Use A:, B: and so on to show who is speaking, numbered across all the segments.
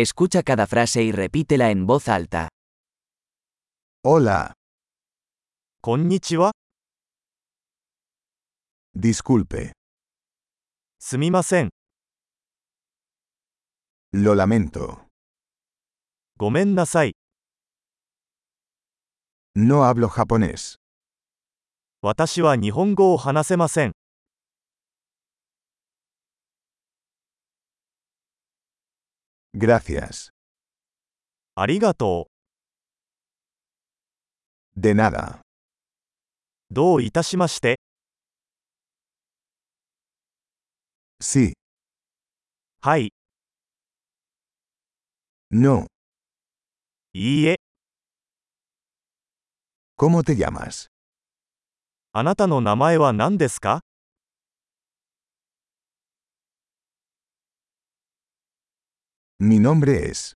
A: Escucha cada frase y repítela en voz alta.
B: Hola,
C: こんにちは。
B: disculpe,
C: すみません。
B: lo lamento.
C: ごめんなさい。
B: No hablo japonés.
C: 私は日本語を話せません。
B: Gracias.
C: ありがと
B: De nada.
C: う。どういたしまして。
B: Sí,
C: はい、
B: no.
C: いいえ。
B: ¿Cómo te llamas?
C: あなたの名前は何ですか
B: Mi nombre es.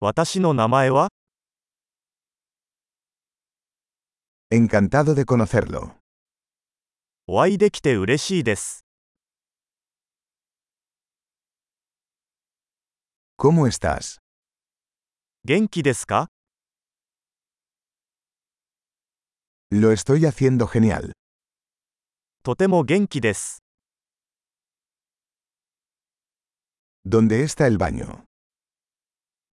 C: 私の名前は
B: Encantado de conocerlo.
C: お会いできて嬉しいです。
B: ¿Cómo estás?
C: 元気ですか
B: Lo estoy haciendo genial.
C: とても元気です。
B: ¿Dónde está el baño?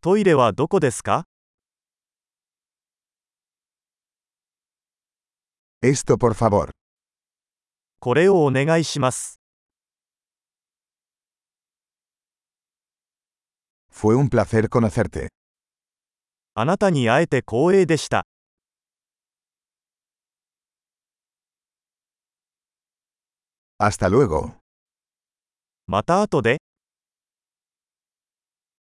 C: トイレはどこですか
B: Esto por favor.
C: これをお願いします。
B: Fue un placer conocerte.
C: あなたに会えて光栄でした。
B: Hasta luego.
C: また後で、